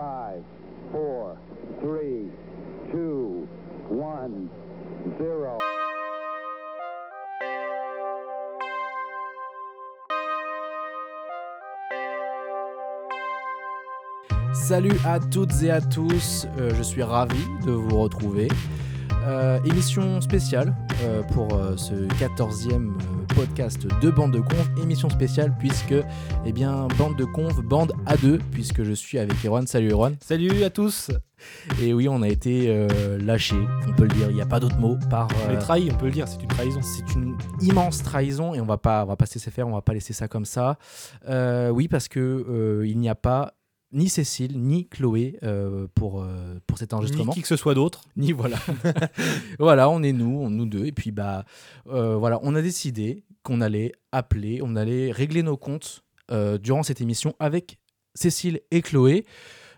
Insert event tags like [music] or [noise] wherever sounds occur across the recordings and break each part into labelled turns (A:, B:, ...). A: five, four, three, two, one, zero.
B: Salut à toutes et à tous, euh, je suis ravi de vous retrouver. Euh, émission spéciale euh, pour euh, ce 14e euh, podcast de Bande de Conf, émission spéciale puisque, eh bien, Bande de Conf, Bande A2, puisque je suis avec Erwan. Salut Erwan.
C: Salut à tous
B: Et oui, on a été euh, lâché, on peut le dire, il n'y a pas d'autre mot, par...
C: On
B: euh,
C: est trahi, on peut le dire, c'est une trahison.
B: c'est une immense trahison et on va pas, on va pas se laisser faire, on va pas laisser ça comme ça. Euh, oui, parce que euh, il n'y a pas ni Cécile ni Chloé euh, pour euh, pour cet
C: Ni
B: enregistrement.
C: qui que ce soit d'autre.
B: Ni voilà. voilà, on est nous, on, nous deux. Et puis, bah, euh, voilà, on a décidé qu'on allait appeler, on allait régler nos comptes euh, durant cette émission avec Cécile et Chloé.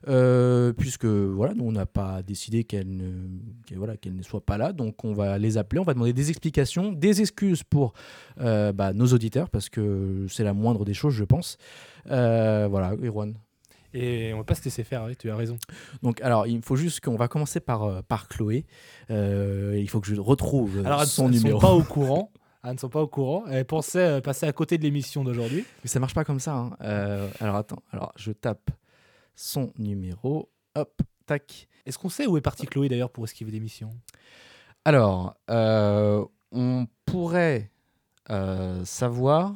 B: euh, puisque voilà, nous on n'a pas décidé qu'elles ne, qu'elles- voilà, qu'elles ne soient pas là, donc on va les appeler, on va demander des explications, des excuses pour euh, bah, nos auditeurs, parce que c'est la moindre des choses, je pense. Euh, voilà, Erwan,
C: Et on va pas se laisser faire, oui, tu as raison.
B: donc, alors, il faut juste qu'on va commencer par, euh, par Chloé. Euh, il faut que je retrouve euh,
C: Alors, elles
B: son
C: ne
B: numéro.
C: sont pas [laughs] au courant. Elles ne sont pas au courant. Elles pensaient euh, passer à côté de l'émission d'aujourd'hui.
B: Mais ça marche pas comme ça. hein. Euh, alors, attends. Alors, je tape son numéro. Hop, tac.
C: Est-ce qu'on sait où est partie Chloé d'ailleurs pour esquiver l'émission
B: Alors, euh, on pourrait euh, savoir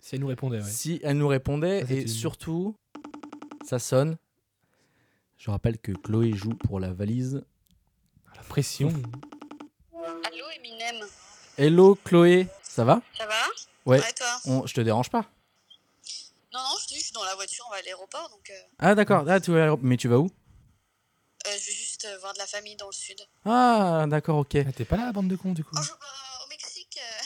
C: Si elle nous répondait, ouais.
B: si elle nous répondait
C: Ça, c'est
B: et
C: une-
B: surtout, ça sonne. Je rappelle que Chloé joue pour la valise.
C: La pression.
D: Allô Eminem,
B: Hello Chloé, ça va
D: ça va
B: Ouais.
D: toi
B: on, Je te dérange pas
D: Non, non, je te dis, je suis dans la voiture, on va à l'aéroport, donc euh,
B: Ah d'accord, Ah, tu vas- mais tu vas où
D: euh, je vais juste euh, voir de la famille dans le sud.
B: Ah, d'accord, ok.
C: [laughs] Ah, t'es pas là, bande de cons, du coup.
D: Oh, je vais au Mexique euh,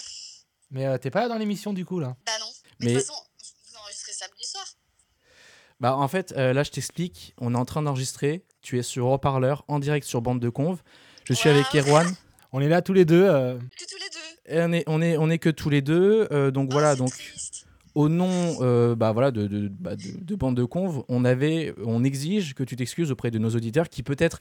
C: Mais euh, t'es pas là dans l'émission, du coup, là.
D: Bah non, mais,
B: Mais-
D: de toute façon, vous enregistrez samedi soir.
B: Bah, en fait, euh, là, je t'explique. On est en train d'enregistrer. Tu es sur haut-parleur, en direct sur bande de conve. Je suis
D: Ouais.
B: avec Erwan.
C: On est là tous les deux. euh,
D: Que tous les deux.
B: Et on est, on est, on est que tous les deux. Euh, donc
D: Ah,
B: voilà.
D: c'est
B: Donc
D: triste.
B: au nom, euh, bah voilà, de, de, bah, de- de bande de conve, on avait, on exige que tu t'excuses auprès de nos auditeurs qui peut-être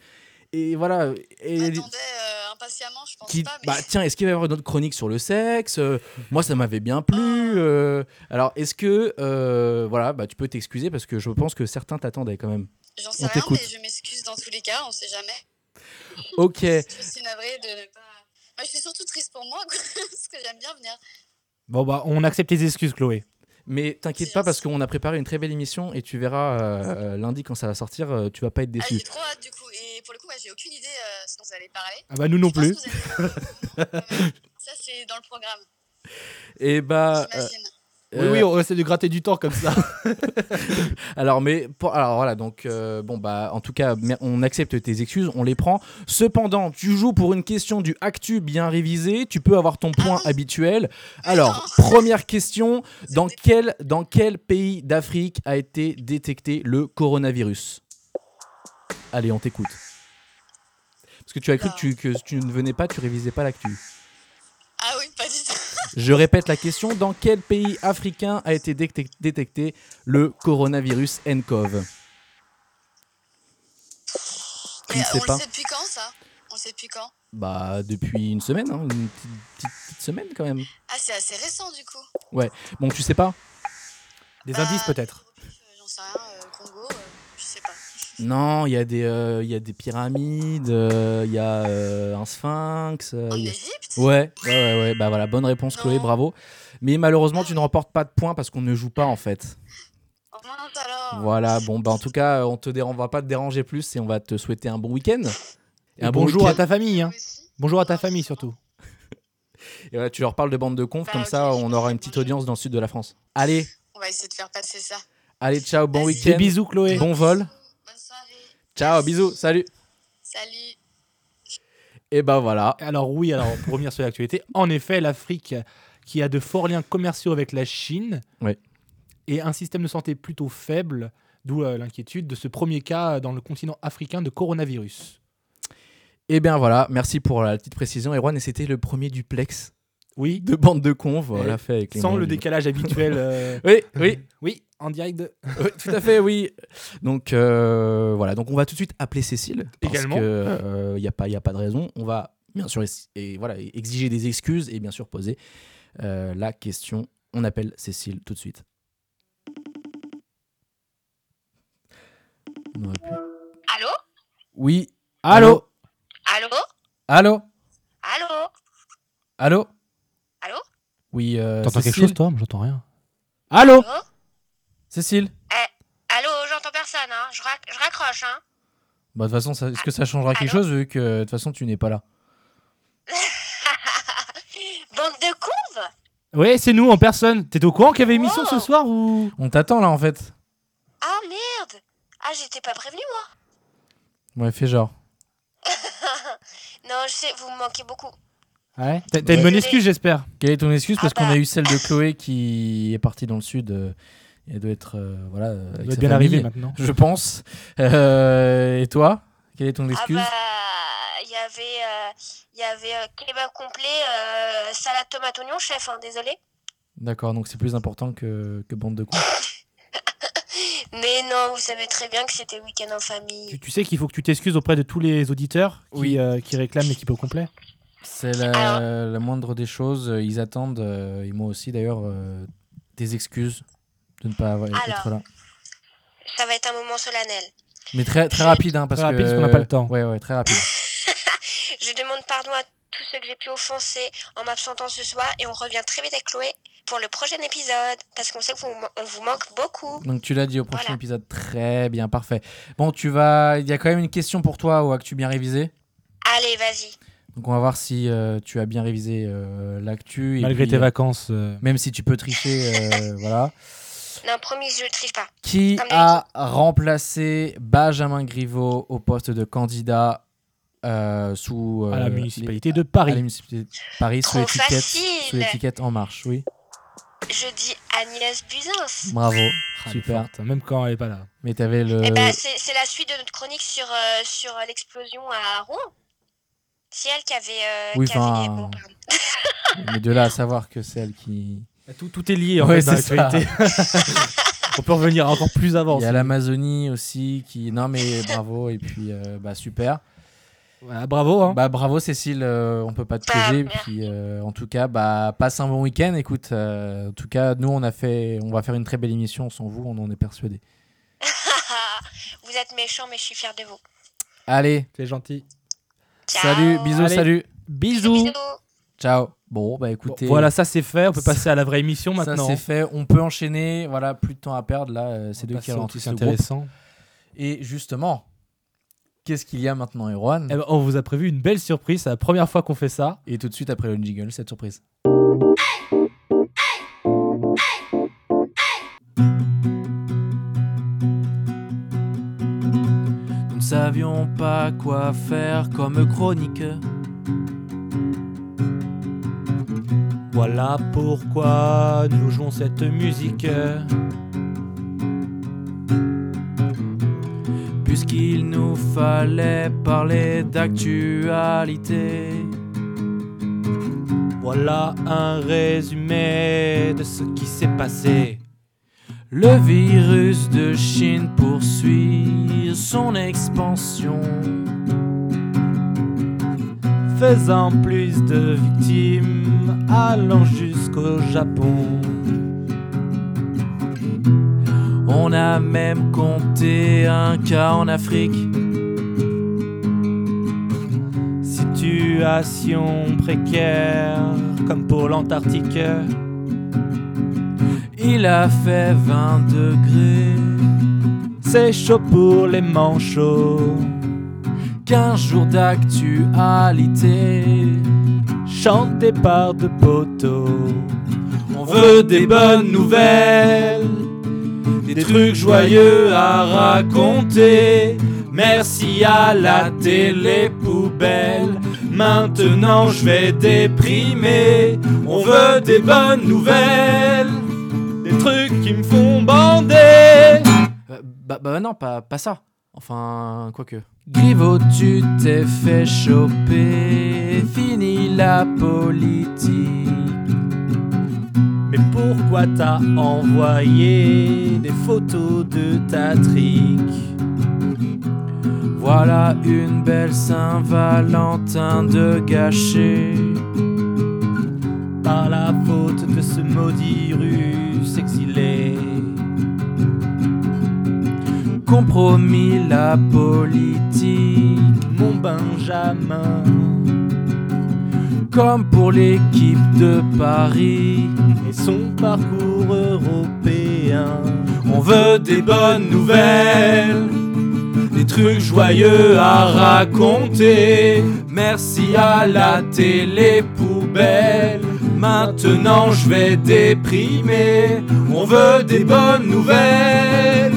B: et voilà. Et,
D: Attendez euh, impatiemment, je pense
B: qui,
D: pas, mais
B: bah tiens, est-ce qu'il va y avoir d'autres chroniques sur le sexe Euh, Moi, ça m'avait bien
D: Ah.
B: plu. euh, alors, est-ce que euh, voilà, bah tu peux t'excuser parce que je pense que certains t'attendaient quand même.
D: j'en
B: on
D: sais rien,
B: t'écoute.
D: mais je m'excuse dans tous les cas, on sait jamais.
B: Ok.
D: Je suis navrée de ne pas... Moi, je suis surtout triste pour moi, [laughs] quoi, parce que j'aime bien venir.
C: Bon, bah, on accepte tes excuses, Chloé.
B: Mais t'inquiète
D: C'est
B: pas
D: ainsi.
B: parce qu'on a préparé une très belle émission et tu verras euh, euh, lundi quand ça va sortir, euh, tu vas pas être
D: Ah,
B: déçu.
D: j'ai trop hâte, du coup, et pour le coup, ouais, j'ai aucune idée euh, ce dont vous allez parler.
C: Ah, bah, nous non
D: Je pense
C: plus.
D: que vous avez-
B: [laughs]
D: Ça, c'est dans le programme,
B: et bah euh,
D: j'imagine.
C: Oui, oui,
B: euh,
C: on essaie de gratter du temps comme ça.
B: alors mais pour- alors voilà donc euh, bon bah en tout cas mer- on accepte tes excuses, on les prend. Cependant, tu joues pour une question du actu bien révisée, tu peux avoir ton point
D: Ah oui.
B: habituel.
D: Mais
B: Alors, première question,
D: C'est
B: dans
D: dé-
B: quel dans quel pays d'Afrique a été détecté le coronavirus Allez, on t'écoute. Parce que tu as cru que tu, que tu ne venais pas, tu révisais pas l'actu.
D: Ah oui, pas du tout.
B: Je répète la question, dans quel pays africain a été détec- détecté le coronavirus NCOV Tu
D: Mais
B: ne sais
D: on
B: pas
D: le sait depuis quand, ça On le sait depuis quand
B: Bah depuis une semaine, hein, une petite, petite- petite semaine quand même.
D: Ah, c'est assez récent, du coup.
B: Bon, tu sais pas Ah.
C: Des
D: Bah,
C: indices, peut-être.
D: euh, J'en sais rien, euh, Congo, euh, je sais pas.
B: Non, il y, a des, euh, il y a des pyramides, euh, il y a euh, un sphinx. euh,
D: En
B: il y a-
D: Égypte
B: Ouais, ouais, ouais, ouais, bah voilà, bonne réponse Chloé,
D: Non.
B: bravo. Mais malheureusement, tu ne remportes pas de points parce qu'on ne joue pas en fait.
D: En Inde, alors
B: Voilà, bon, bah en tout cas, on te dé- on va pas te déranger plus et on va te souhaiter un bon week-end.
C: Et bonjour
B: week-end.
C: à ta famille. Hein.
D: Aussi
C: Bonjour à ta famille, surtout.
B: Et voilà, tu leur parles de bande de conf,
D: Bah,
B: comme
D: ok,
B: ça
D: je
B: on
D: pense
B: aura
D: que
B: une
D: c'est
B: petite
D: bon.
B: audience dans le sud de la France. Allez,
D: On va essayer de faire passer ça.
B: allez, ciao, bon
D: Vas-y.
C: Des
B: week-end.
C: bisous, Chloé.
B: Bon vol.
D: Bonne soirée.
B: Ciao, bisous, salut.
D: Salut.
B: Et bah voilà.
C: Alors oui, alors pour revenir sur l'actualité, en effet, l'Afrique, qui a de forts liens commerciaux avec la Chine,
B: Ouais.
C: et un système de santé plutôt faible, d'où euh, l'inquiétude de ce premier cas euh, dans le continent africain de coronavirus.
B: Et bien voilà, merci pour la petite précision, Erwan. Et c'était le premier duplex
C: Oui,
B: de bande de conf. On l'a fait avec les
C: sans
B: moyens
C: le
B: du-
C: décalage habituel. euh, [laughs]
B: Oui, oui.
C: Oui,
E: en direct de-
B: Oui, tout à fait, oui. Donc euh, voilà, donc on va tout de suite appeler Cécile parce
E: Également.
B: qu'il n'y a pas, y a pas de raison. On va bien sûr es- et voilà exiger des excuses et bien sûr poser euh, la question. On appelle Cécile tout de suite. On aurait pu-
C: Allô
B: Oui. Allô.
C: Allô
B: Allô.
C: Allô
B: Allô.
C: Allô
B: Oui. euh,
E: T'entends quelque
B: Cécile
E: chose, toi Moi, J'entends rien.
B: Allô.
C: Allô
B: Cécile.
C: Allô, j'entends personne, hein. Je, rac- je raccroche, hein.
B: Bah de toute façon, ça- est-ce que ça changera quelque
C: Allô
B: chose vu que de toute façon tu n'es pas là.
C: Bande de cons
E: Ouais, c'est nous en personne. T'étais au courant qu'il y avait émission
C: Wow.
E: ce soir ou
B: On t'attend là en fait.
C: Ah merde Ah, j'étais pas prévenue, moi.
B: Ouais, fais genre.
C: Non, je sais, vous me manquez beaucoup.
E: Ouais. T'as t'as une bonne excuse, j'espère.
B: Quelle est ton excuse
C: Ah
B: Parce qu'on
C: bah.
B: a eu celle de Chloé qui est partie dans le sud. euh, et elle doit être euh, voilà. euh, avec
E: Elle doit
B: sa
E: bien
B: famille,
E: arriver maintenant.
B: Je pense. Euh, et toi Quelle est ton excuse
C: Ah bah, il y avait, euh, il y avait euh, kebab complet, euh, salade tomate oignon, chef, hein, désolé.
B: D'accord, donc c'est plus important que, que bande de cons.
C: Mais non, vous savez très bien que c'était week-end en famille.
E: Tu, tu sais qu'il faut que tu t'excuses auprès de tous les auditeurs qui,
B: Oui.
E: euh, qui réclament l'équipe au complet.
B: C'est la, la moindre des choses. Ils attendent, euh, et moi aussi d'ailleurs, euh, des excuses de ne pas avoir, euh, être
C: Alors.
B: là.
C: Ça va être un moment solennel.
B: Mais très, très rapide, hein, parce
E: Très
B: que-
E: rapide, parce qu'on n'a pas le temps.
B: Ouais, ouais, très rapide.
C: Je demande pardon à tous ceux que j'ai pu offenser en m'absentant ce soir et on revient très vite avec Chloé pour le prochain épisode parce qu'on sait qu'on vous, on vous manque beaucoup.
B: Donc tu l'as dit au prochain
C: Voilà.
B: épisode. Très bien, parfait. Bon, tu vas. Il y a quand même une question pour toi, au Actu bien révisé.
C: Allez, vas-y.
B: Donc on va voir si euh, tu as bien révisé euh, l'actu. et
E: Malgré
B: puis,
E: tes
B: euh,
E: vacances. euh,
B: Même si tu peux tricher,
C: [laughs]
B: euh, voilà.
C: Non, promis, je triche pas.
B: Qui
C: Comme
B: a remplacé Benjamin Griveaux au poste de candidat euh, sous
E: à la
B: euh,
E: municipalité
B: les-
E: de
B: à la
E: Paris.
B: municipalité de Paris sous
C: Trop
B: l'étiquette
C: facile.
B: sous l'étiquette En Marche, oui.
C: Je dis Agnès Buzyn.
B: Bravo,
E: Ah, elle est
B: super.
E: forte, hein, même quand elle n'est pas là.
B: Mais t'avais le
C: Eh ben, c'est c'est la suite de notre chronique sur, euh, sur euh, l'explosion à Rouen. C'est elle qui avait. euh,
B: Oui,
C: qui avait-
B: enfin,
C: bon, pardon. [laughs]
B: mais de là à savoir que c'est elle qui.
E: Bah, Tout, tout est lié en
B: Ouais,
E: fait, dans
B: c'est
E: [laughs] l'actualité. On peut revenir encore plus avant.
B: Il y a
E: si-
B: l'Amazonie aussi qui. Non mais bravo et puis euh, bah super.
E: Ouais, bravo. hein.
B: Bah bravo Cécile, euh, on peut pas te
C: Bah,
B: poser.
C: merci.
B: Puis euh, en tout cas, bah passe un bon week-end. Écoute, euh, en tout cas, nous on a fait, on va faire une très belle émission sans vous, on en est persuadé.
C: vous êtes méchants, mais je suis fière de vous.
B: Allez,
E: C'est gentil.
C: Ciao.
B: salut, bisous,
E: Allez.
B: salut,
E: Bisous.
B: ciao. Bon bah
E: Bon,
B: écoutez,
E: voilà, ça c'est fait. On peut passer à la vraie émission
B: ça
E: maintenant. hein.
B: c'est fait. On peut enchaîner. Voilà, plus de temps à perdre là. euh, c'est deux qui
E: Passons au
B: ralentit
E: truc
B: ce groupe.
E: intéressant.
B: Et justement, qu'est-ce qu'il y a maintenant, Erwan
E: Eh ben, on vous a prévu une belle surprise. C'est la première fois qu'on fait ça.
B: Et tout de suite après le jingle, cette surprise. Nous ne savions pas quoi faire comme chronique.
E: Voilà pourquoi nous jouons cette musique.
B: Puisqu'il nous fallait parler d'actualité.
E: Voilà un résumé de ce qui s'est passé.
B: Le virus de Chine poursuit son expansion.
E: Faisant plus de victimes, allant jusqu'au Japon.
B: On a même compté un cas en Afrique.
E: Situation précaire, comme pour l'Antarctique.
B: Il a fait 20 degrés,
E: C'est chaud pour les manchots.
B: 15 jours d'actualité.
E: Chanté par de poteaux.
B: On
E: On veut des bonnes nouvelles, des trucs joyeux à raconter. Merci à la télé poubelle. Maintenant je vais déprimer. On veut des bonnes nouvelles, des trucs qui me font bander.
B: Euh, bah, bah non, pas, pas ça. Enfin, quoique. Griveaux, tu t'es fait choper. Fini la politique.
E: Mais pour
C: pourquoi t'as envoyé des photos de ta trique. Voilà une belle Saint-Valentin de gâchée. Par la faute de ce maudit russe exilé. Compromis la politique, mon Benjamin. Comme pour l'équipe de Paris et son parcours européen. On veut des bonnes nouvelles des trucs joyeux à raconter. Merci à la télé poubelle. Maintenant je vais déprimer. On veut des bonnes nouvelles.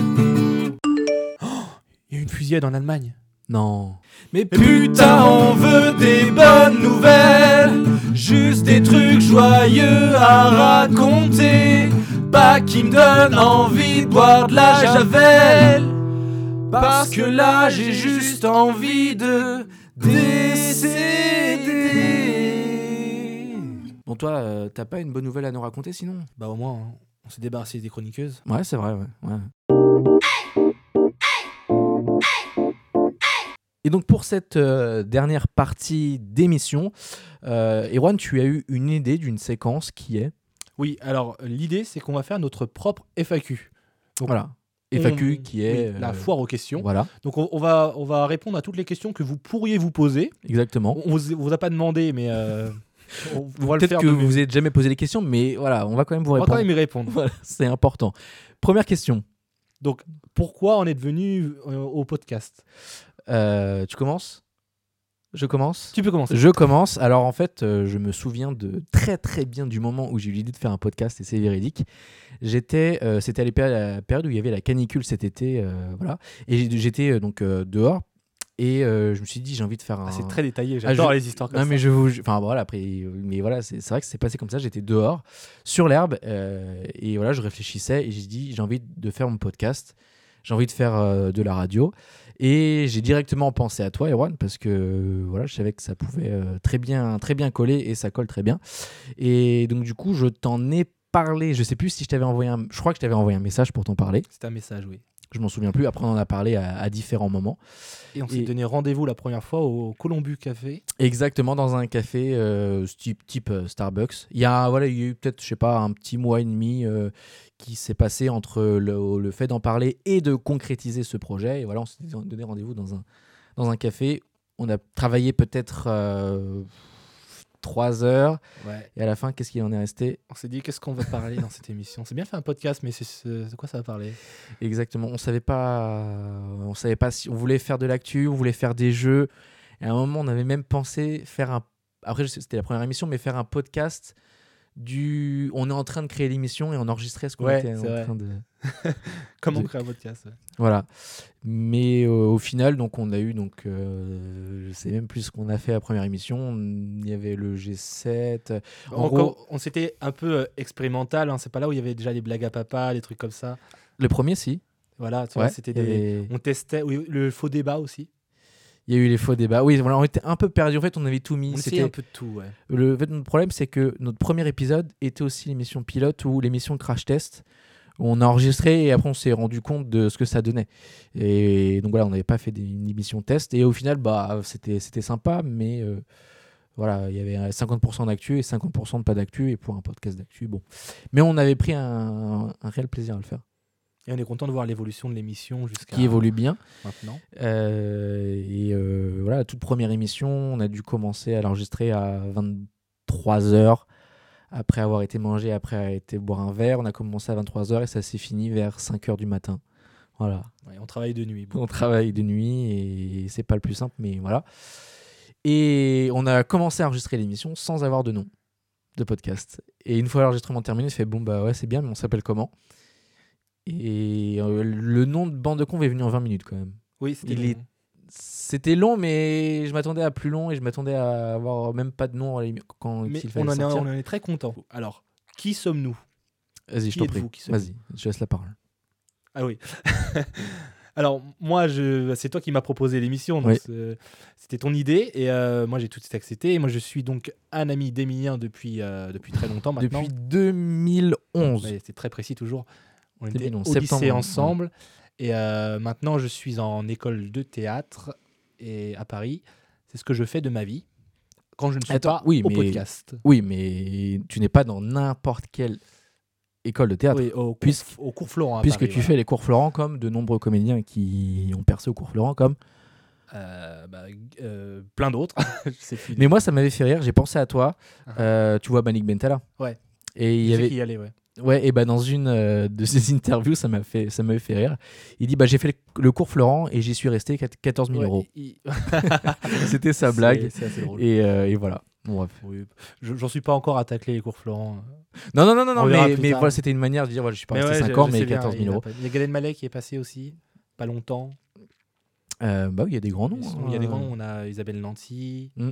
C: Il y a une fusillade en Allemagne.
B: Non.
C: Mais putain, on veut des bonnes nouvelles, juste des trucs joyeux à raconter, pas qui me donne envie de boire de la javel, parce que là j'ai juste envie de décéder.
B: Bon, toi, euh, t'as pas une bonne nouvelle à nous raconter sinon
C: Bah au moins, hein, on s'est débarrassé des chroniqueuses.
B: Ouais, c'est vrai, ouais. ouais. Et donc pour cette euh, dernière partie d'émission, euh, Erwan, tu as eu une idée d'une séquence qui est
E: Oui, alors l'idée, c'est qu'on va faire notre propre FAQ. Donc,
B: voilà
E: on-
B: FAQ qui est
E: oui, la
B: euh,
E: foire aux questions.
B: Voilà,
E: Donc on, on va, on va répondre à toutes les questions que vous pourriez vous poser.
B: exactement.
E: On, on vous, on vous a pas demandé, mais [laughs] euh, on, on va le
B: Peut-être
E: faire.
B: que
E: de
B: vous
E: mieux.
B: vous êtes jamais posé les questions, mais voilà, on va quand même vous
E: On va quand
B: répondre.
E: même y répondre.
B: [laughs] Voilà, c'est important. Première question.
E: Pourquoi on est devenu euh, au podcast
B: Euh, tu commences Je commence
E: Tu peux commencer.
B: Je commence. Alors en fait, euh, je me souviens de très très bien du moment où j'ai eu l'idée de faire un podcast et c'est véridique. J'étais, euh, c'était à la péri- la période où il y avait la canicule cet été, euh, voilà. Et j'ai- j'étais euh, donc euh, dehors et euh, je me suis dit j'ai envie de faire un.
E: Ah, c'est très détaillé.
B: Ah, je-
E: J'adore les histoires comme
B: Non
E: ça.
B: mais je vous, je- enfin voilà après, mais voilà c'est c'est vrai que c'est passé comme ça. J'étais dehors sur l'herbe euh, et voilà je réfléchissais et j'ai dit j'ai envie de faire mon podcast, j'ai envie de faire euh, de la radio et j'ai directement pensé à toi Erwan parce que euh, voilà je savais que ça pouvait euh, très bien très bien coller et ça colle très bien et donc du coup je t'en ai parlé. Je sais plus si je t'avais envoyé un, je crois que je t'avais envoyé un message pour t'en parler.
E: C'est un message, oui.
B: Je m'en souviens plus. Après on en a parlé à- à différents moments.
E: Et on s'est
B: Et-
E: donné rendez-vous la première fois au Colombu Café.
B: Exactement, dans un café euh, type, type, euh, Starbucks. Il y a, voilà, il y a eu peut-être, je sais pas, un petit mois et demi euh, qui s'est passé entre le, le fait d'en parler et de concrétiser ce projet. Et voilà, on s'est donné rendez-vous dans un, dans un café. On a travaillé peut-être euh, trois heures.
E: Ouais.
B: Et à la fin, qu'est-ce qu'il en est resté
E: On s'est dit qu'est-ce qu'on va parler dans cette émission. C'est bien fait un podcast, mais c'est ce- de quoi ça va parler
B: Exactement. On savait pas, on savait pas si on voulait faire de l'actu, on voulait faire des jeux. Et à un moment, on avait même pensé faire un. Après, je sais- c'était la première émission, mais faire un podcast du. On est en train de créer l'émission et on enregistrait ce qu'on
E: Ouais,
B: était en
E: c'est vrai.
B: train de.
E: Comment
B: De-
E: créer un podcast ouais.
B: Voilà. Mais euh, au final, donc on a eu donc, euh, je sais même plus ce qu'on a fait à la première émission. On- Il y avait le G7. En
E: Encore-
B: gros-
E: on s'était un peu euh, expérimental. hein. C'est pas là où il y avait déjà des blagues à papa, des trucs comme ça.
B: Le premier, si.
E: Voilà, tu vois,
B: Ouais,
E: c'était
B: il y
E: des.
B: avait-
E: On testait oui, le faux débat aussi.
B: Il y a eu les faux débats. Oui, voilà, on était un peu perdus. En fait, on avait tout mis.
E: On
B: C'était
E: essayait un peu de tout. Ouais.
B: Le en fait, notre problème, c'est que notre premier épisode était aussi l'émission pilote ou l'émission crash test. où On a enregistré et après on s'est rendu compte de ce que ça donnait. Et donc voilà, on n'avait pas fait des- une émission test. Et au final, bah, c'était c'était sympa, mais euh, voilà, il y avait euh, 50% d'actu et 50% de pas d'actu. Et pour un podcast d'actu, bon. Mais on avait pris un, un réel plaisir à le faire,
E: Et on est content de voir l'évolution de l'émission jusqu'à
B: qui évolue bien.
E: maintenant.
B: Euh, et euh, voilà, toute première émission, on a dû commencer à l'enregistrer à 23h. Après avoir été mangé, après avoir été boire un verre, on a commencé à 23h et ça s'est fini vers 5h du matin. Voilà.
E: Ouais, on travaille de nuit. Bon.
B: On travaille de nuit et c'est pas le plus simple, mais voilà. Et on a commencé à enregistrer l'émission sans avoir de nom de podcast. Et une fois l'enregistrement terminé, on fait bon bah ouais c'est bien, mais on s'appelle comment Et euh, le nom de bande de cons est venu en 20 minutes quand même
E: Oui, c'était
B: Il
E: long.
B: est- c'était long, mais je m'attendais à plus long et je m'attendais à avoir même pas de nom à la limite, quand
E: Mais
B: il
E: on
B: fallait
E: en, est,
B: sortir.
E: on en est très content. Alors, qui sommes-nous
B: Vas-y, je
E: qui
B: t'en prie.
E: êtes-vous, qui sommes-nous
B: Vas-y, je laisse la parole.
E: Ah oui. Ah [laughs] Alors, moi, je... c'est toi qui m'as proposé l'émission. donc
B: Oui.
E: c'est- C'était ton idée. Et euh, moi, j'ai tout de suite accepté. Et moi, je suis donc un ami d'Emilien depuis, euh, depuis très longtemps maintenant.
B: Depuis 2011.
E: Ouais, c'est très précis toujours. On
B: C'était
E: était
B: long,
E: au
B: septembre, hein. ouais.
E: lycée ensemble. Et euh, maintenant, je suis en école de théâtre et à Paris. C'est ce que je fais de ma vie quand je ne suis
B: Attends,
E: pas
B: oui,
E: au
B: mais-
E: podcast.
B: Oui, mais tu n'es pas dans n'importe quelle école de théâtre.
E: Oui, au, cours,
B: Puisque-
E: au cours Florent. à
B: Puisque
E: Paris,
B: tu
E: voilà.
B: fais les cours Florent comme de nombreux comédiens qui ont percé au cours Florent comme.
E: Euh, bah, euh, plein d'autres. [laughs] Je sais plus.
B: Mais moi, ça m'avait fait rire. J'ai pensé à toi.
E: Ah.
B: Euh, tu vois Malik Bentala.
E: Ouais.
B: Et il
E: Je
B: y
E: sais
B: avait,
E: qui y allait, ouais.
B: ouais, et bah dans une euh, de ses [laughs] interviews, ça m'a fait, ça m'avait fait rire. Il dit, bah j'ai fait le, le cours Florent et j'y suis resté quat- 14 000
E: Ouais,
B: euros.
E: il-
B: C'était sa
E: [laughs] c'est-
B: blague.
E: C'est assez drôle.
B: Et, euh, et voilà. Bon, bref.
E: Oui, je- J'en suis pas encore à tacler les cours Florent.
B: Non, non, non, non,
E: On
B: non,
E: verra
B: mais,
E: plus
B: mais
E: tard.
B: voilà, c'était une manière de dire, voilà, je suis pas resté
E: ouais,
B: 5
E: je-
B: ans,
E: je
B: mais
E: sais bien,
B: 14
E: il
B: 000
E: a
B: euros.
E: pas- Il y a Galen Mallet qui est passé aussi, pas longtemps.
B: Euh, bah oui, il y a des grands noms.
E: Ils sont- Il y a des
B: hein.
E: grands, on a Isabelle Nanty,
B: Mm.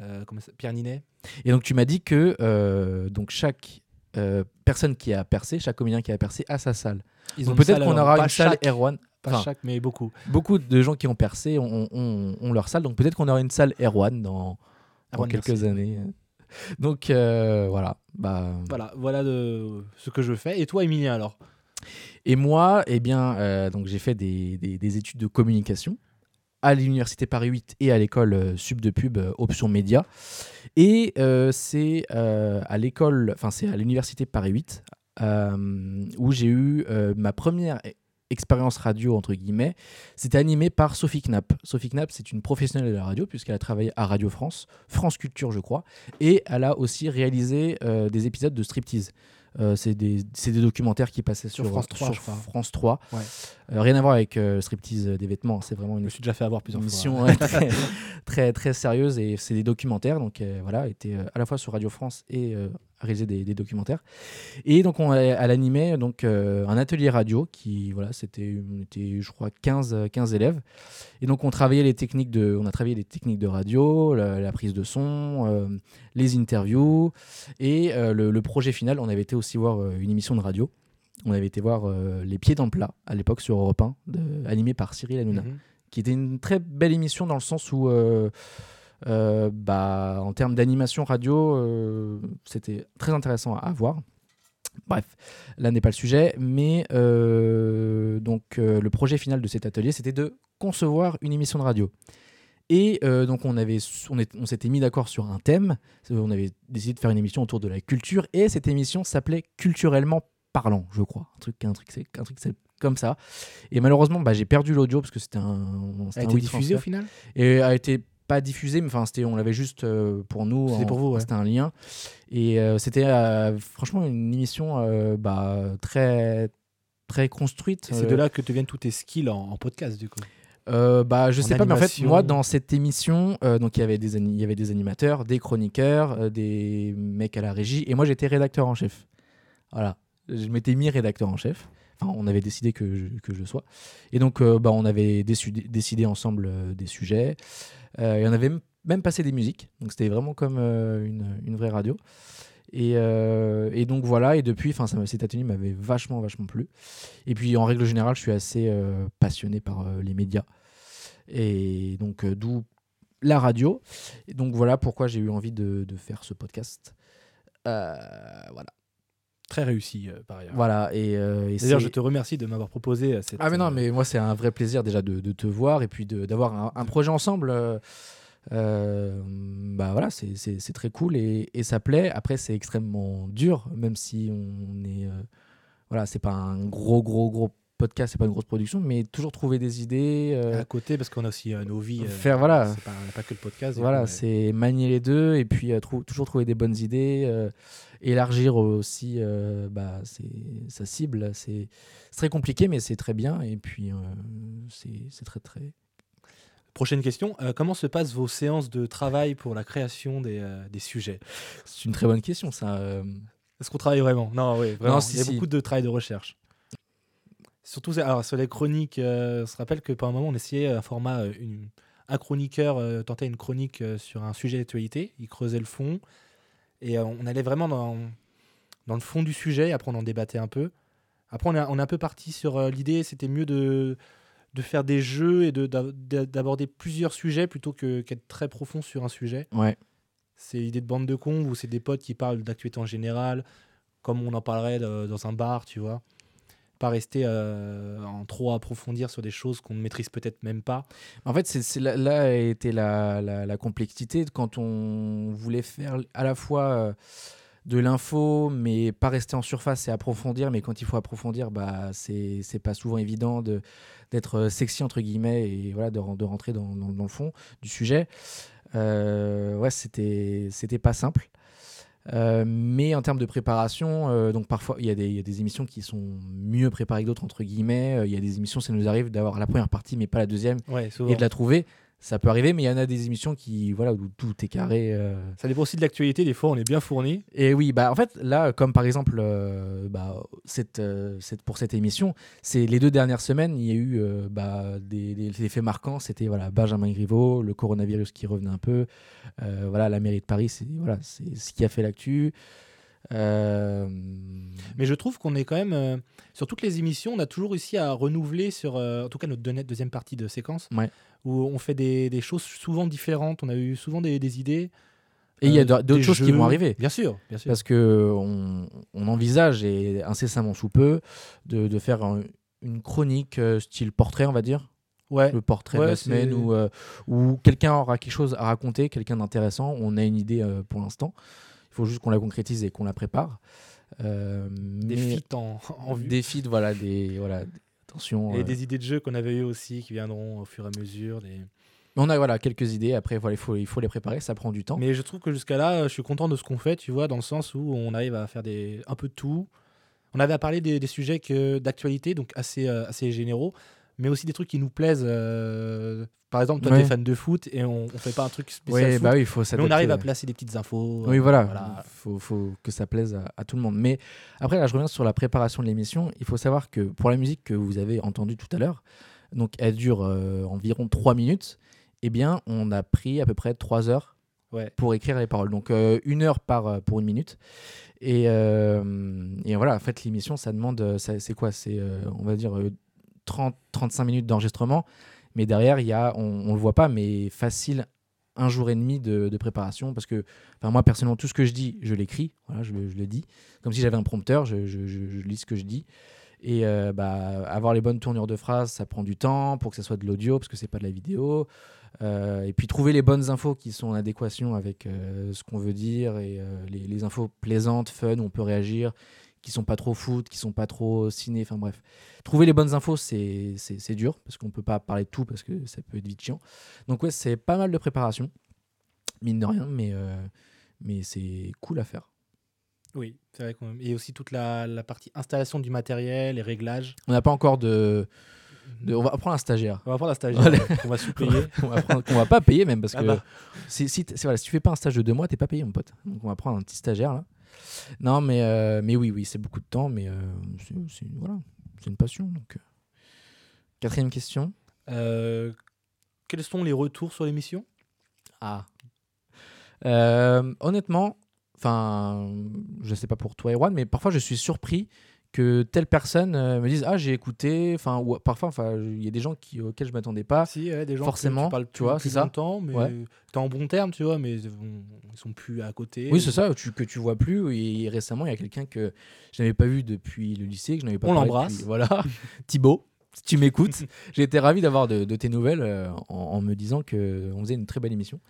E: euh, comment ça- Pierre Ninet.
B: Et donc tu m'as dit que euh, donc chaque euh, personne qui a percé, chaque comédien qui a percé a sa salle.
E: Ils
B: Donc
E: une
B: peut-être
E: salle,
B: qu'on
E: alors,
B: aura
E: pas
B: une salle
E: chaque-
B: Erwan.
E: Pas
B: enfin, Hmm.
E: chaque, mais beaucoup.
B: beaucoup de gens qui ont percé ont, ont- ont leur salle, donc peut-être qu'on aura une salle Erwan dans, dans
E: Erwan,
B: quelques
E: merci.
B: années. Donc euh, voilà. Bah,
E: Voilà, voilà de- ce que je fais. Et toi, Emilien, alors
B: Et moi, eh bien, euh, donc j'ai fait des, des- des études de communication à l'université Paris 8 et à l'école euh, sub de pub euh, option média. Et euh, c'est euh, à l'école, enfin c'est à l'université Paris 8 euh, où j'ai eu euh, ma première e- expérience radio entre guillemets. C'était animé par Sophie Knapp. Sophie Knapp, c'est une professionnelle de la radio puisqu'elle a travaillé à Radio France, France Culture, je crois, et elle a aussi réalisé euh, des épisodes de striptease. Euh, c'est des, c'est des documentaires qui passaient sur, euh,
E: Sur France 3,
B: sur
E: je crois.
B: France 3.
E: Ouais.
B: Euh, rien à voir avec euh, striptease euh, des vêtements, c'est vraiment
E: Je
B: une
E: me suis déjà fait avoir plusieurs fois.
B: émission euh, très, [laughs] très, très sérieuse et c'est des documentaires. Donc euh, voilà, était euh, à la fois sur Radio France et euh, réalisait des, des documentaires. Et donc on, a- elle animait donc euh, un atelier radio qui voilà, c'était on était je crois 15 euh, 15 élèves. Et donc on travaillait les techniques de on a travaillé les techniques de radio, la, la prise de son, euh, les interviews et euh, le, le projet final, on avait été aussi voir euh, une émission de radio. On avait été voir euh, Les Pieds dans le plat à l'époque sur Europe 1, de- animé par Cyril Hanouna
E: Mhm.
B: qui était une très belle émission dans le sens où, euh, euh, bah, en termes d'animation radio, euh, c'était très intéressant à, à voir. Bref, là n'est pas le sujet, mais euh, donc euh, le projet final de cet atelier, c'était de concevoir une émission de radio. Et euh, donc on avait, on, est- on s'était mis d'accord sur un thème. On avait décidé de faire une émission autour de la culture, et cette émission s'appelait culturellement parlant, je crois, un truc, un truc, c'est un truc c'est comme ça. Et malheureusement, bah, j'ai perdu l'audio parce que c'était un, c'était
E: Elle a
B: un
E: été
B: oui
E: diffusée
B: transfert.
E: au
B: Euh,
E: final
B: et a été pas diffusé, mais enfin c'était, on l'avait juste euh, pour nous.
E: C'était
B: en-
E: pour vous, ouais.
B: C'était un lien. Et euh, c'était euh, franchement une émission euh, bah, très très construite.
E: C'est de là que te viennent tous tes skills en, en podcast, du coup.
B: Euh, bah, je
E: En
B: sais pas, mais en fait,
E: animation.
B: moi, dans cette émission, euh, donc il y avait des ani- il y avait des animateurs, des chroniqueurs, euh, des mecs à la régie, et moi j'étais rédacteur en chef. Voilà, je m'étais mis rédacteur en chef. Enfin, on avait décidé que je, que je le sois. Et donc, euh, bah, on avait déçu- décidé ensemble euh, des sujets. Euh, et on avait m- même passé des musiques. Donc, c'était vraiment comme euh, une, une vraie radio. Et, euh, et donc, voilà. Et depuis, enfin, ça m'a- cet atelier m'avait vachement, vachement plu. Et puis, en règle générale, je suis assez euh, passionné par euh, les médias. Et donc, euh, d'où la radio. Et donc, voilà pourquoi j'ai eu envie de, de faire ce podcast. Euh, voilà.
E: Très réussi, euh, par ailleurs.
B: Voilà. Et, euh, et
E: D'ailleurs,
B: c'est-
E: je te remercie de m'avoir proposé euh, cette.
B: ah mais
E: euh,
B: non, mais moi c'est un vrai plaisir déjà de, de te voir et puis de- d'avoir un, un projet ensemble. euh, euh, bah voilà, c'est- c'est c'est très cool et, et ça plaît. Après c'est extrêmement dur, même si on est euh, voilà, c'est pas un gros gros gros podcast, c'est pas une grosse production, mais toujours trouver des idées. euh,
E: à côté parce qu'on a aussi euh, nos vies. euh,
B: Faire, voilà.
E: c'est Pas, on n'a pas que le podcast. donc,
B: voilà,
E: ouais.
B: c'est manier les deux et puis euh, trou- toujours trouver des bonnes idées, euh, élargir aussi euh, bah, c'est- sa cible. C'est c'est très compliqué, mais c'est très bien. Et puis, euh, c'est c'est très, très.
E: Prochaine question. euh, comment se passent vos séances de travail pour la création des, euh, des sujets
B: C'est une très bonne question, ça. euh.
E: Est-ce qu'on travaille vraiment Non, oui, vraiment.
B: Non, si,
E: Il y a
B: si.
E: beaucoup de travail de recherche. Surtout, c'est- alors, sur les chroniques, euh, on se rappelle que pendant un moment, on essayait un format. euh, une- un chroniqueur euh, tentait une chronique euh, sur un sujet d'actualité, il creusait le fond, et euh, on allait vraiment dans, dans le fond du sujet, après on en débattait un peu. Après, on est on est un peu parti sur euh, l'idée, c'était mieux de de faire des jeux et de- d'a- d'a- d'aborder plusieurs sujets plutôt que qu'être très profond sur un sujet.
B: Ouais.
E: C'est l'idée de bande de cons où c'est des potes qui parlent d'actualité en général, comme on en parlerait euh, dans un bar, tu vois. Pas rester euh, en trop à approfondir sur des choses qu'on ne maîtrise peut-être même pas.
B: En fait, c'est, c'est là, là a été la, la- la complexité de quand on voulait faire à la fois euh, de l'info, mais pas rester en surface et approfondir. Mais quand il faut approfondir, bah, c'est, c'est pas souvent évident de, d'être euh, sexy, entre guillemets, et voilà, de, ren- de rentrer dans, dans- dans le fond du sujet. Euh, ouais, c'était, c'était pas simple. Euh, mais en termes de préparation, euh, donc parfois il y, a des- il y a des émissions qui sont mieux préparées que d'autres, entre guillemets. Euh, Il y a des émissions, ça nous arrive d'avoir la première partie, mais pas la deuxième
E: Ouais,
B: et de la trouver. Ça peut arriver, mais il y en a des émissions qui, voilà, où tout est carré. euh.
E: Ça dépend aussi de l'actualité, des fois on est bien fourni.
B: Et oui, bah en fait, là, comme par exemple, euh, bah, cette, euh, cette- pour cette émission, c'est les deux dernières semaines, il y a eu euh, bah, des, des- des faits marquants. C'était voilà, Benjamin Griveaux, le coronavirus qui revenait un peu, euh, voilà, la mairie de Paris, c'est voilà, c'est ce qui a fait l'actu. Euh,
E: Mais je trouve qu'on est quand même, euh, sur toutes les émissions, on a toujours réussi à renouveler sur, euh, en tout cas notre deuxi- deuxième partie de séquence,
B: Ouais.
E: où on fait des, des choses souvent différentes, on a eu souvent des, des idées.
B: Et il y a
E: euh,
B: d'autres
E: des
B: choses qui
E: jeux.
B: vont arriver.
E: Bien sûr, bien sûr.
B: parce que on, on envisage et incessamment sous peu de, de faire un- une chronique euh, style portrait, on va dire,
E: Ouais.
B: le portrait de
E: Ouais,
B: la semaine
E: c'est-
B: où, euh, où quelqu'un aura quelque chose à raconter, quelqu'un d'intéressant. On a une idée euh, pour l'instant. Il faut juste qu'on la concrétise et qu'on la prépare. Euh,
E: Des
B: mais-
E: feats en, en vue.
B: des feats, voilà, des voilà. des- Attention.
E: Et
B: euh,
E: des idées de jeux qu'on avait eues aussi qui viendront au fur et à mesure. des-
B: mais on a voilà quelques idées. Après, voilà, il faut il faut les préparer. Ça prend du temps.
E: Mais je trouve que jusqu'à là, euh, je suis content de ce qu'on fait, tu vois, dans le sens où on arrive à faire des... un peu de tout. On avait à parler des, des sujets que... d'actualité, donc assez, euh, assez généraux, mais aussi des trucs qui nous plaisent. euh, Par exemple, toi,
B: Ouais.
E: t'es fan de foot et on, on fait pas un truc spécial.
B: Ouais,
E: foot,
B: bah oui, il faut
E: mais on
B: s'adapter,
E: arrive à
B: ouais.
E: placer des petites infos.
B: Oui,
E: euh,
B: voilà. Faut, faut que ça plaise à, à tout le monde. Mais après, là, je reviens sur la préparation de l'émission. Il faut savoir que pour la musique que vous avez entendue tout à l'heure, donc elle dure euh, environ 3 minutes, eh bien, on a pris à peu près 3 heures
E: Ouais.
B: pour écrire les paroles. Donc, euh, une heure par, euh, pour une minute. Et, euh, et voilà, en fait, l'émission, ça demande, euh, ça- c'est quoi C'est, euh, on va dire, euh, 30, 35 minutes d'enregistrement. Mais derrière, il y a, on ne le voit pas, mais facile, un jour et demi de, de préparation. Parce que enfin, moi, personnellement, tout ce que je dis, je l'écris. Voilà, je, le- je le dis. Comme si j'avais un prompteur, je, je- je- je lis ce que je dis. Et euh, bah, avoir les bonnes tournures de phrases, ça prend du temps pour que ça soit de l'audio, parce que c'est pas de la vidéo. Euh, et puis trouver les bonnes infos qui sont en adéquation avec euh, ce qu'on veut dire et euh, les, les infos plaisantes, fun, où on peut réagir, qui sont pas trop foot, qui sont pas trop ciné, enfin bref. Trouver les bonnes infos, c'est c'est- c'est dur parce qu'on peut pas parler de tout parce que ça peut être vite chiant. Donc ouais, c'est pas mal de préparation, mine de rien, mais, euh, mais c'est cool à faire.
E: Oui, c'est vrai. qu'on- Et aussi toute la, la partie installation du matériel et réglages.
B: On n'a pas encore de, de- On va prendre un stagiaire.
E: On va voir la stagiaire
B: Allez.
E: qu'on
B: [laughs]
E: va sous-payer.
B: on va prendre- qu'on va pas payer même parce
E: Ah
B: que
E: bah.
B: si, si, t- c'est- voilà, si tu fais pas un stage de deux mois, t'es pas payé, mon pote. Donc on va prendre un petit stagiaire là. Non, mais, euh, mais oui, oui, c'est beaucoup de temps, mais euh, c'est, c'est- voilà, c'est une passion. Donc. euh. Quatrième question.
E: Euh, quels sont les retours sur l'émission
B: Ah. Euh, honnêtement, enfin, je sais pas pour toi, Erwan, mais parfois je suis surpris que telle personne euh, me dise ah j'ai écouté, enfin ou parfois enfin il y a des gens qui auxquels je m'attendais pas.
E: Si, ouais, des gens que
B: Forcément,
E: tu parles
B: tu vois,
E: depuis
B: c'est ça.
E: longtemps, mais
B: Ouais.
E: t'es en bon terme, tu vois, mais bon, ils sont plus à côté.
B: Oui, c'est ça, tu- que tu vois plus. Et récemment, il y a quelqu'un que je n'avais pas vu depuis le lycée, que je n'avais pas
E: On
B: parlé
E: l'embrasse.
B: depuis- Voilà, [laughs] Thibaut, si tu
E: [laughs]
B: m'écoutes, j'ai été ravi d'avoir de, de tes nouvelles euh, en, en me disant qu'on faisait une très belle émission.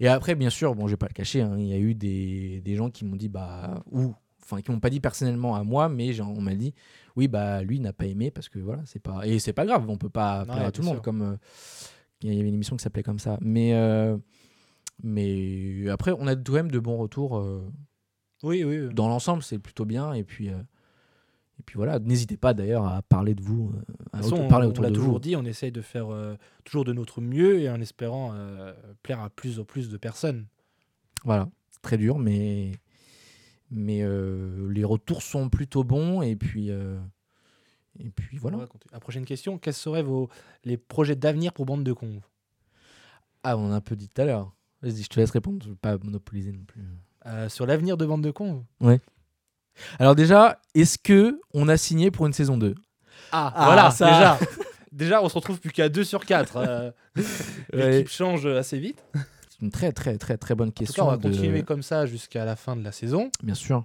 B: Et après, bien sûr, bon, je vais pas le cacher, hein, il y a eu des, des gens qui m'ont dit, bah, ou, enfin, qui m'ont pas dit personnellement à moi, mais genre, on m'a dit, oui, bah, lui n'a pas aimé parce que voilà, c'est pas. Et c'est pas grave, on peut pas plaire
E: Ouais,
B: à tout le
E: bien
B: monde
E: sûr.
B: comme. euh, il y avait une émission qui s'appelait comme ça. Mais, euh, mais après, on a tout de même de bons retours. euh,
E: Oui, oui. oui.
B: dans l'ensemble, c'est plutôt bien. Et puis, euh, et puis voilà, n'hésitez pas d'ailleurs à parler de vous, euh, à
E: De toute façon,
B: auto-
E: on,
B: parler
E: on
B: autour
E: l'a
B: de
E: toujours
B: vous.
E: dit, on essaye de faire euh, toujours de notre mieux et en espérant euh, plaire à plus en plus de personnes.
B: Voilà, c'est très dur, mais, mais euh, les retours sont plutôt bons. Et puis, euh, et puis voilà.
E: On va continuer. La prochaine question, quels seraient vos les projets d'avenir pour Bande de Cons
B: Ah, on en a un peu dit tout à l'heure. Vas-y, je te laisse répondre, je ne veux pas monopoliser non plus.
E: Euh, Sur l'avenir de Bande de Cons
B: Alors déjà, est-ce que on a signé pour une saison 2
E: Ah,
B: Ah,
E: voilà,
B: ça.
E: déjà. [laughs] Déjà, on se retrouve plus qu'à 2 sur 4.
B: Ouais,
E: L'équipe change assez vite.
B: c'est une très très très très bonne
E: En tout cas,
B: question.
E: on va
B: de-
E: continuer comme ça jusqu'à la fin de la saison.
B: Bien sûr.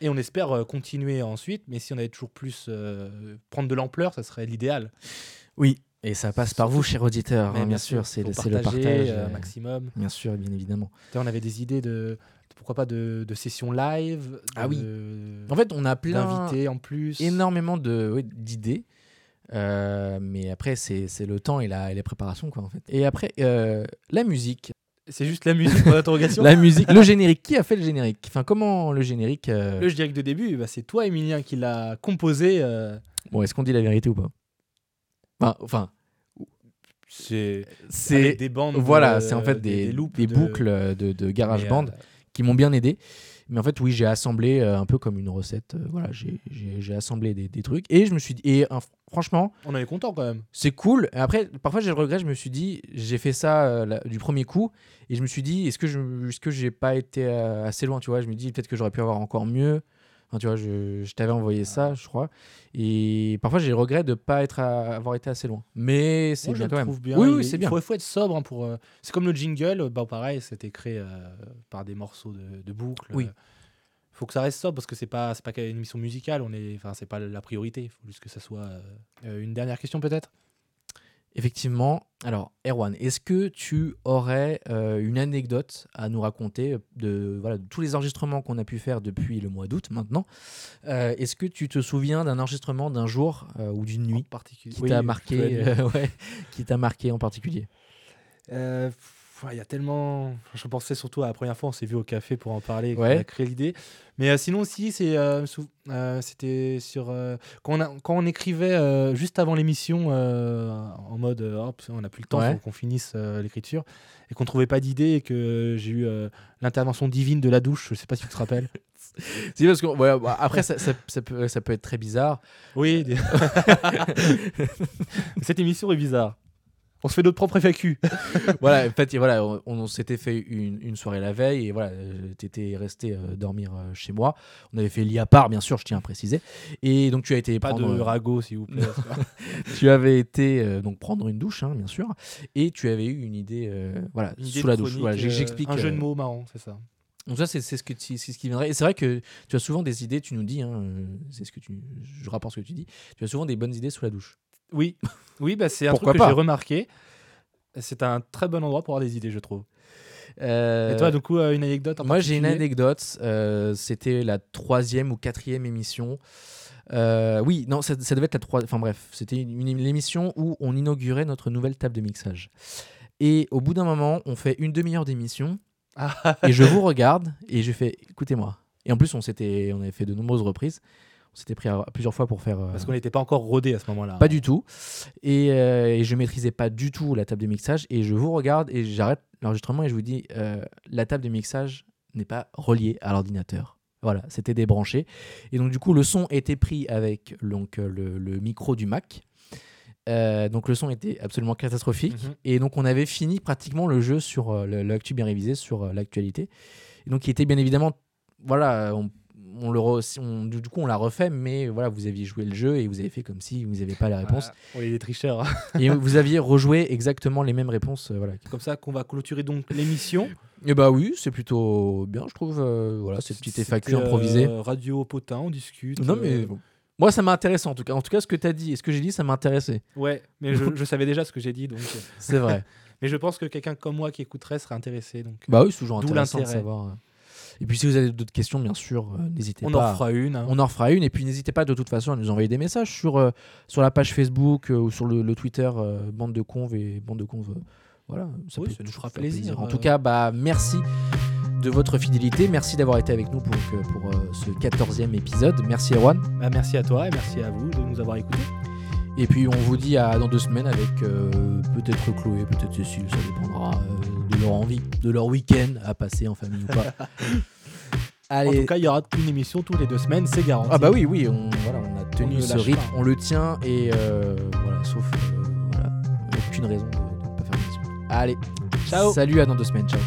E: Et on espère euh, continuer ensuite. Mais si on avait toujours plus euh, prendre de l'ampleur, ça serait l'idéal.
B: Oui, et ça passe par vous, chers auditeurs.
E: Mais
B: hein, bien sûr, c'est
E: faut
B: le, c'est le
E: partager,
B: partage.
E: euh,
B: euh,
E: maximum.
B: bien sûr, bien évidemment.
E: Putain, On avait des idées de, de- pourquoi pas de, de sessions live. de-
B: Ah oui. En fait, on a plein
E: d'invités en plus.
B: énormément de oui, d'idées. Euh, mais après, c'est c'est le temps et la, et la préparation, quoi, en fait. Et après, euh, la musique.
E: C'est juste la musique pour
B: [laughs]
E: l'interrogation.
B: La musique, le générique. Qui a fait le générique Enfin, comment le générique euh,
E: Le générique de début, bah, c'est toi, Emilien, qui l'a composé. euh,
B: Bon, est-ce qu'on dit la vérité ou pas Enfin, enfin
E: c'est
B: c'est.
E: des bandes. euh,
B: Voilà,
E: de-
B: c'est en fait des,
E: loops
B: des
E: de-
B: boucles de, de
E: mais, euh,
B: GarageBand qui m'ont bien aidé. Mais en fait, oui, j'ai assemblé euh, un peu comme une recette. euh, voilà, j'ai- j'ai j'ai assemblé des, des trucs. Et je me suis dit, et euh, franchement,
E: on en est content quand même.
B: c'est cool. Et après, parfois, j'ai le regret. Je me suis dit, j'ai fait ça euh, là, du premier coup. Et je me suis dit, est-ce que je est que j'ai pas été euh, assez loin Tu vois, je me dis, peut-être que j'aurais pu avoir encore mieux. Enfin, tu vois, je, je t'avais envoyé ça, je crois. Et parfois, j'ai le regret de pas être à- avoir été assez loin. Mais c'est
E: Moi, je
B: bien
E: le
B: quand même.
E: trouve bien.
B: Oui,
E: Il-
B: oui, c'est
E: il
B: bien.
E: Faut, faut être sobre hein, pour. euh, C'est comme le jingle. Bah pareil, c'était créé euh, par des morceaux de, de boucles.
B: Oui.
E: euh, Faut que ça reste sobre parce que c'est pas c'est pas qu'une émission musicale. On est enfin c'est pas la priorité. Faut juste que ça soit euh, euh, une dernière question peut-être.
B: Effectivement. Alors, Erwan, est-ce que tu aurais euh, une anecdote à nous raconter de, voilà, de tous les enregistrements qu'on a pu faire depuis le mois d'août maintenant Euh, Est-ce que tu te souviens d'un enregistrement d'un jour euh, ou d'une nuit
E: particulier.
B: qui t'a marqué, euh, [laughs] ouais, qui t'a marqué en particulier
E: Euh, pff, ouais, Il y a tellement. Je pensais surtout à la première fois, on s'est vu au café pour en parler, et qu'on
B: Ouais.
E: a créé l'idée. Mais euh, sinon, si, c'est, euh, sou- euh, c'était sur. euh, quand, on a- quand on écrivait euh, juste avant l'émission, euh, en mode euh, hop, on n'a plus le temps,
B: Ouais.
E: faut qu'on finisse euh, l'écriture, et qu'on trouvait pas d'idée, et que euh, j'ai eu euh, l'intervention divine de la douche, je sais pas si tu te rappelles.
B: Si, parce que ouais, bah, après, ça, ça- ça peut, ça peut être très bizarre.
E: [laughs] oui, des- [laughs] cette émission est bizarre. On se fait notre propre FAQ.
B: voilà, en fait, voilà, on, on s'était fait une, une soirée la veille et voilà, euh, t'étais resté euh, dormir euh, chez moi. On avait fait lit à part, bien sûr, je tiens à préciser. Et donc tu as été
E: Pas de
B: prendre, euh,
E: ragot, s'il vous plaît.
B: tu avais été euh, donc prendre une douche, hein, bien sûr, et tu avais eu une idée, euh, voilà,
E: Une idée
B: sous la
E: de
B: douche.
E: chronique,
B: Voilà, j'ai-
E: euh,
B: J'explique.
E: Un jeu de
B: euh,
E: mots marrant, c'est ça.
B: donc ça, c'est c'est ce que tu- c'est ce qui viendrait. Et c'est vrai que tu as souvent des idées. Tu nous dis, hein, euh, c'est ce que tu, je rapporte ce que tu dis. Tu as souvent des bonnes idées sous la douche.
E: Oui, [laughs] oui bah, c'est un
B: Pourquoi
E: truc que
B: pas
E: j'ai remarqué. C'est un très bon endroit pour avoir des idées, je trouve.
B: Euh,
E: Et toi, du coup, euh, une anecdote en
B: Moi, j'ai une
E: particulier
B: anecdote. euh, C'était la troisième ou quatrième émission. Euh, oui, non, ça, ça devait être la troisième. Enfin bref, c'était une, une émission où on inaugurait notre nouvelle table de mixage. Et au bout d'un moment, on fait une demi-heure d'émission.
E: Ah,
B: et je vous regarde et je fais écoutez-moi. Et en plus, on s'était, on avait fait de nombreuses reprises. On s'était pris à- plusieurs fois pour faire. euh,
E: Parce qu'on n'était pas encore rodé à ce moment-là.
B: pas du tout. Et, euh, et je maîtrisais pas du tout la table de mixage. Et je vous regarde et j'arrête l'enregistrement et je vous dis euh, la table de mixage n'est pas reliée à l'ordinateur. Voilà, c'était débranché. Et donc, du coup, le son était pris avec donc, euh, le, le micro du Mac. Euh, donc, le son était absolument catastrophique.
E: Mhm.
B: Et donc, on avait fini pratiquement le jeu sur euh, le- l'actu bien révisé, sur euh, l'actualité. Et donc, il était bien évidemment. Voilà, on, on le re- on- du coup, on l'a refait, mais voilà, vous aviez joué le jeu et vous avez fait comme si vous n'aviez pas la réponse.
E: Ah, on est des tricheurs.
B: Et vous aviez rejoué exactement les mêmes réponses. euh, voilà.
E: Comme ça qu'on va clôturer donc l'émission.
B: Et bah oui, c'est plutôt bien, je trouve. euh, [laughs] voilà, ces petites FAQ
E: C'était, euh,
B: improvisées.
E: radio au potin, on discute.
B: non, mais
E: euh,
B: bon. moi, ça m'intéresse en tout cas. En tout cas, ce que tu as dit et ce que j'ai dit, ça m'intéressait.
E: Ouais,
B: [laughs]
E: mais je, je savais déjà ce que j'ai dit. Donc... euh,
B: C'est vrai.
E: Mais je pense que quelqu'un comme moi qui écouterait serait intéressé. Donc...
B: [laughs] bah oui, c'est toujours
E: D'où
B: intéressant de
E: l'intérêt.
B: savoir. euh. Et puis, si vous avez d'autres questions, bien sûr, euh, n'hésitez
E: On
B: pas.
E: en fera une. hein.
B: On en fera une. Et puis n'hésitez pas de toute façon à nous envoyer des messages sur, euh, sur la page Facebook euh, ou sur le, le Twitter euh, Bande de Conve et Bande de Conve. euh, voilà,
E: Oui, ça
B: peut
E: nous
B: toujours
E: fera
B: faire
E: plaisir,
B: En
E: euh.
B: tout cas, bah, merci de votre fidélité. Merci d'avoir été avec nous pour, que- pour euh, ce 14e épisode. Merci Erwan.
E: Bah, merci à toi et merci à vous de nous avoir écoutés.
B: Et puis on vous dit à dans deux semaines avec euh, peut-être Chloé, peut-être Cécile, ça dépendra euh, de leur envie, de leur week-end à passer en famille ou pas.
E: [laughs] En
B: Allez,
E: tout cas, il y aura une émission tous les deux semaines, c'est garanti.
B: Ah bah oui, oui, on, voilà, on a tenu
E: ne
B: ce
E: lâche
B: rythme,
E: pas.
B: on le tient et euh, voilà, sauf euh, voilà, aucune raison de ne pas faire l'émission. Allez,
E: Ciao.
B: salut à dans deux semaines, ciao.